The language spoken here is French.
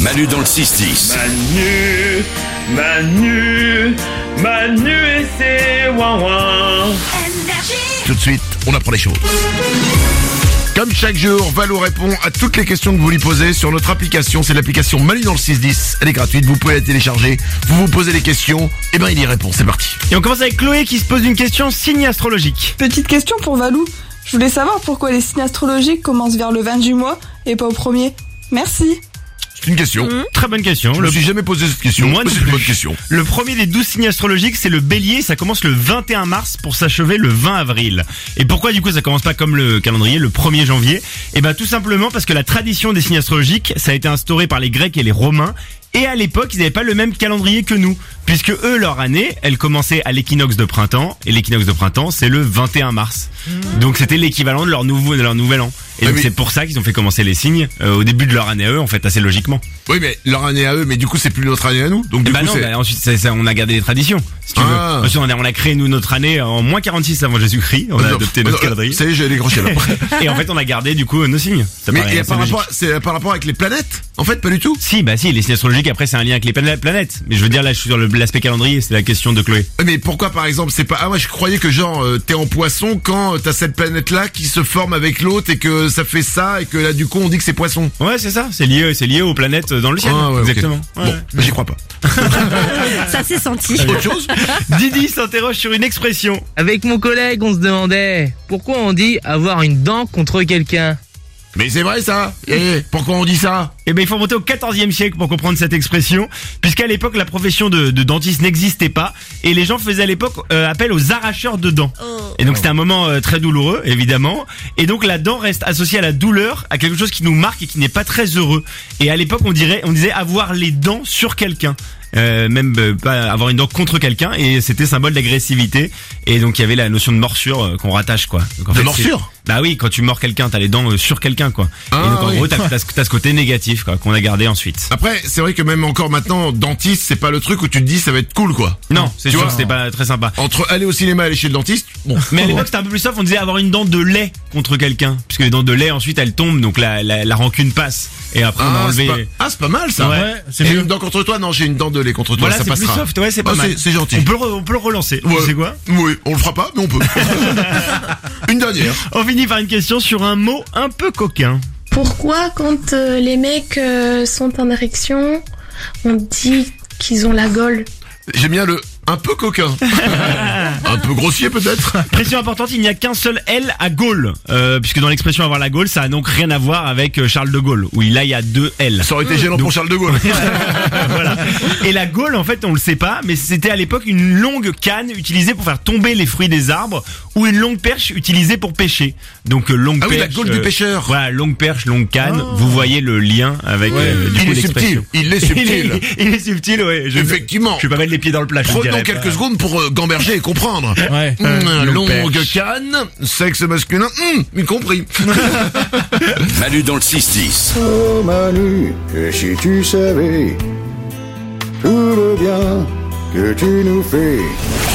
Manu dans le 6-10. Manu, Manu, Manu et ses ouin Tout de suite, on apprend les choses. Comme chaque jour, Valo répond à toutes les questions que vous lui posez sur notre application. C'est l'application Manu dans le 610. Elle est gratuite, vous pouvez la télécharger. Vous vous posez les questions, et ben il y répond. C'est parti. Et on commence avec Chloé qui se pose une question signe astrologique. Petite question pour Valou. Je voulais savoir pourquoi les signes astrologiques commencent vers le 20 du mois et pas au premier. Merci. C'est une question. Très bonne question. Je me Le, suis jamais posé cette question. Moi mais non c'est une plus. bonne question. le premier des 12 signes astrologiques, c'est le bélier. Ça commence le 21 mars pour s'achever le 20 avril. Et pourquoi du coup ça commence pas comme le calendrier, le 1er janvier Eh ben tout simplement parce que la tradition des signes astrologiques, ça a été instauré par les Grecs et les Romains. Et à l'époque, ils n'avaient pas le même calendrier que nous, puisque eux, leur année, elle commençait à l'équinoxe de printemps, et l'équinoxe de printemps, c'est le 21 mars. Donc c'était l'équivalent de leur nouveau, de leur nouvel an. Et Mmh. Ah donc oui. c'est pour ça qu'ils ont fait commencer les signes euh, au début de leur année à eux, en fait, assez logiquement. Oui, mais leur année à eux, mais du coup, c'est plus notre année à nous. Donc, du Eh bah coup, non, c'est. bah ensuite c'est ça, on a gardé les traditions, si tu Ah. veux. Parce qu'on a- on a créé nous notre année en moins 46 avant Jésus-Christ, on a Non, adopté non, notre calendrier. Ça y est, j'ai les grands chiens, là. Et en fait on a gardé du coup nos signes. Ça Mais paraît et assez par, logique. rapport, c'est par rapport avec les planètes En fait, pas du tout. Si, bah si, les signes astrologiques après c'est un lien avec les plan- planètes. Mais je veux dire là je suis sur le- l'aspect calendrier, c'est la question de Chloé. Mais pourquoi, par exemple, c'est pas. Ah, moi, je croyais que genre, euh, t'es en poisson quand euh, t'as cette planète-là qui se forme avec l'autre et que ça fait ça et que là, du coup, on dit que c'est poisson. Ouais c'est ça, c'est lié, c'est lié aux planètes dans le ciel. Ah, ouais, ok. Exactement. Ouais, Bon, ouais. mais j'y crois pas. Ça s'est senti. Autre chose Didi s'interroge sur une expression. Avec mon collègue, on se demandait pourquoi on dit avoir une dent contre quelqu'un. Mais c'est vrai, ça Et pourquoi on dit ça Eh ben, il faut monter au 14e siècle pour comprendre cette expression, puisqu'à l'époque, la profession de, de dentiste n'existait pas, et les gens faisaient à l'époque euh, appel aux arracheurs de dents. Et donc, c'était un moment euh, très douloureux, évidemment. Et donc, la dent reste associée à la douleur, à quelque chose qui nous marque et qui n'est pas très heureux. Et à l'époque, on dirait, on disait avoir les dents sur quelqu'un. Euh, même euh, pas avoir une dent contre quelqu'un et c'était symbole d'agressivité et donc il y avait la notion de morsure euh, qu'on rattache quoi. Donc, en De fait, morsure c'est- Bah oui, quand tu mords quelqu'un, t'as les dents euh, sur quelqu'un quoi. Ah, et donc en oui. gros, t'as t'as ce- t'as ce côté négatif quoi qu'on a gardé ensuite. Après, c'est vrai que même encore maintenant, dentiste, c'est pas le truc où tu te dis ça va être cool, quoi. Non, c'est Tu sûr vois que c'était pas très sympa. Entre aller au cinéma et aller chez le dentiste, bon. Mais à l'époque c'était un peu plus soft, on disait avoir une dent de lait contre quelqu'un. Puisque les dents de lait ensuite elles tombent, donc la, la, la rancune passe. Et après on a Ah, c'est enlevé... pas... ah, c'est pas mal, ça. Ouais, c'est Et mieux. une dent contre toi Non, j'ai une dent de lait contre toi, Voilà, ça c'est plus passera. soft, ouais, c'est pas Ah, mal. c'est- c'est gentil. On peut, le re- on peut le relancer, Ouais. tu sais quoi Oui, on le fera pas, mais on peut. Une dernière. On finit par une question sur un mot un peu coquin. Pourquoi quand euh, les mecs euh, sont en érection, on dit qu'ils ont la gaule J'aime bien le un peu coquin. un peu grossier peut-être. Pression importante, il n'y a qu'un seul L à Gaulle. Euh, puisque dans l'expression avoir la Gaule, ça a donc rien à voir avec euh, Charles de Gaulle. Où là il y a deux L. Ça aurait été gênant pour Charles de Gaulle. voilà. Et la gaule, en fait, on le sait pas, mais c'était à l'époque une longue canne utilisée pour faire tomber les fruits des arbres ou une longue perche utilisée pour pêcher. Donc euh, longue Ah oui, perche. la gaule du euh, pêcheur. Oh. Voilà, longue perche, longue canne. Vous voyez le lien avec euh, du il coup, est subtil. l'expression. Il est Il est, subtil. il est subtil, ouais. Je, Effectivement. Je vais pas mettre les pieds dans le plat. je dirais Prenons pas. quelques secondes pour euh, gamberger et comprendre. Ouais. Mmh, Euh, longue longue perche. canne, sexe masculin, mmh, y compris. Manu dans le 6-10. Oh Manu, que si tu savais tout le bien que tu nous fais.